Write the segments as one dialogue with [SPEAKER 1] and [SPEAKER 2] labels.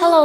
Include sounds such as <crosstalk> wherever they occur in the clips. [SPEAKER 1] Hello，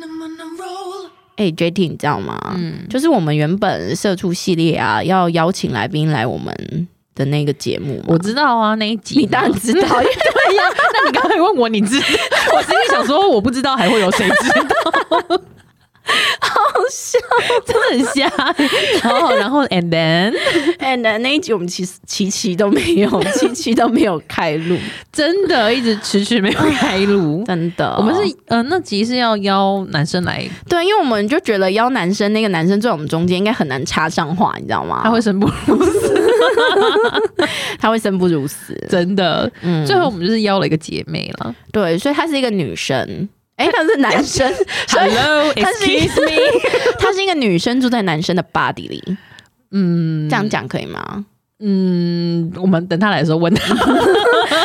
[SPEAKER 1] 哎、j t 你知道吗？嗯，就是我们原本社畜系列啊，要邀请来宾来我们的那个节目嘛，
[SPEAKER 2] 我知道啊，那一集
[SPEAKER 1] 你当然知道，因为
[SPEAKER 2] 对呀、那你刚才问我，你知道？我 <laughs> 心里想说，我不知道还会有谁知道？真的很瞎欸、然后，然后，and then，
[SPEAKER 1] <laughs> 哎，那那一集我们其实琪琪都没有， <laughs> 琪琪都没有开录，
[SPEAKER 2] 真的一直迟迟没有开录。
[SPEAKER 1] 真的。
[SPEAKER 2] 我们是呃，那集是要邀男生来，
[SPEAKER 1] 对，因为我们就觉得邀男生，那个男生坐在我们中间应该很难插上话，你知道吗？
[SPEAKER 2] 他会生不如死，
[SPEAKER 1] 他会生不如死。
[SPEAKER 2] 真的。
[SPEAKER 1] 嗯，
[SPEAKER 2] 最后我们就是邀了一个姐妹了。
[SPEAKER 1] 对，所以他是一个女
[SPEAKER 2] <laughs>
[SPEAKER 1] 生，哎、他是男生， <laughs> 所以他是一
[SPEAKER 2] Hello，excuse <laughs> me。
[SPEAKER 1] 他是一个女生住在男生的 body 里，
[SPEAKER 2] 嗯
[SPEAKER 1] 这样讲可以吗？
[SPEAKER 2] 嗯，我们等他来的时候问他。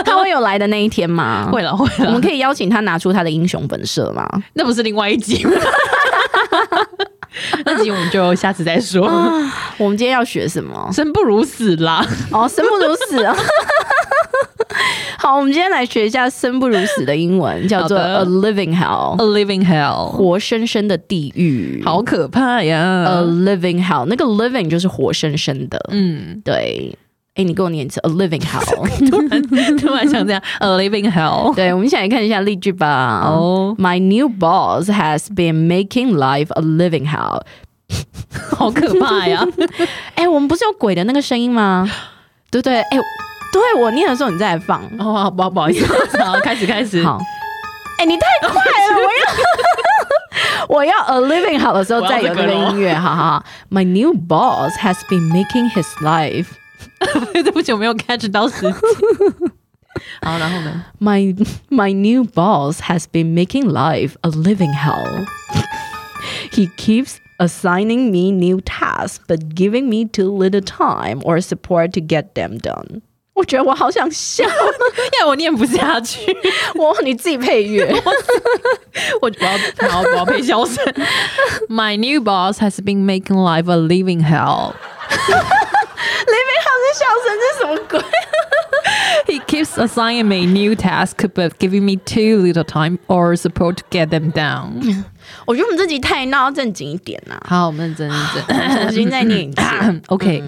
[SPEAKER 1] 他会有来的那一天吗？。
[SPEAKER 2] 会了，啊会
[SPEAKER 1] 我
[SPEAKER 2] 了
[SPEAKER 1] 们。可以邀请他拿出他的英雄本色吗？
[SPEAKER 2] 那不是另外一集 <laughs> 吗？那集我们就下次再说，
[SPEAKER 1] 啊，我们今天要学什么？
[SPEAKER 2] 生不如死啦！
[SPEAKER 1] 哦，生不如死啊！ <laughs> 好，我们今天来学一下生不如死的英文，叫做
[SPEAKER 2] 好的
[SPEAKER 1] a living
[SPEAKER 2] A
[SPEAKER 1] hell，
[SPEAKER 2] living hell，
[SPEAKER 1] 活生生的地狱。
[SPEAKER 2] 好可怕
[SPEAKER 1] ，a
[SPEAKER 2] 呀！
[SPEAKER 1] living hell，那个 living 就是活生生的，
[SPEAKER 2] 嗯， <laughs>
[SPEAKER 1] 对。哎，你给我念一次 a living hell。
[SPEAKER 2] 突然突然想这样，A living hell。
[SPEAKER 1] 对，我们一起来看一下例句吧。
[SPEAKER 2] 哦，
[SPEAKER 1] My new boss has been making life a living hell。
[SPEAKER 2] 好可怕 <laughs> 呀！
[SPEAKER 1] 哎，我们不是有鬼的那个声音吗？对不对？哎，对我念的时候你再来放。
[SPEAKER 2] 哦，好不好？不好意 <laughs> 思，好，开始开始。
[SPEAKER 1] 好，哎、你太快了， <laughs> 我要我要 a living 好的时候再有那个音乐，好好好。My new boss has been making his life.
[SPEAKER 2] 对不起，我没有 catch 到 <laughs> 时机。好，然后呢？
[SPEAKER 1] My my new boss has been making life a living hell. <laughs> He keeps assigning me new tasks, but giving me too little time or support to get them done. 我觉得我好想笑， <laughs>
[SPEAKER 2] 要我念不下去，
[SPEAKER 1] 我你自己配乐。
[SPEAKER 2] 我我
[SPEAKER 1] <laughs>
[SPEAKER 2] 要好，我要被笑 <laughs> 声。My new boss has been making life a living hell.
[SPEAKER 1] 雷美好是笑声，这是什么鬼？
[SPEAKER 2] He keeps assigning me new tasks, but giving me too little time or support to get them down.
[SPEAKER 1] 我觉得我们这集太闹，要正经一点啊！ <laughs>
[SPEAKER 2] 好，我们认真 <clears throat> 认
[SPEAKER 1] 重新再念一次。 <laughs>
[SPEAKER 2] 真。OK，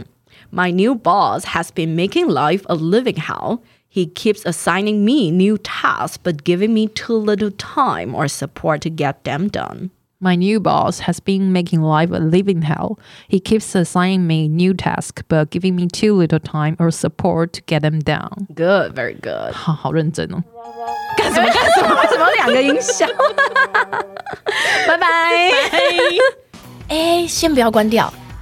[SPEAKER 1] My new boss has been making life a living hell. He keeps assigning me new tasks, but giving me too little time or support to get them done.
[SPEAKER 2] my new boss has been making life a living hell. He keeps assigning me new tasks, but giving me too little time or support to get them down. <laughs>
[SPEAKER 1] Good, very good.
[SPEAKER 2] 好好认真哦，
[SPEAKER 1] 干什么干什 <laughs> 么？为什么有两个音效？ <laughs> 拜拜。哎，先不要关掉，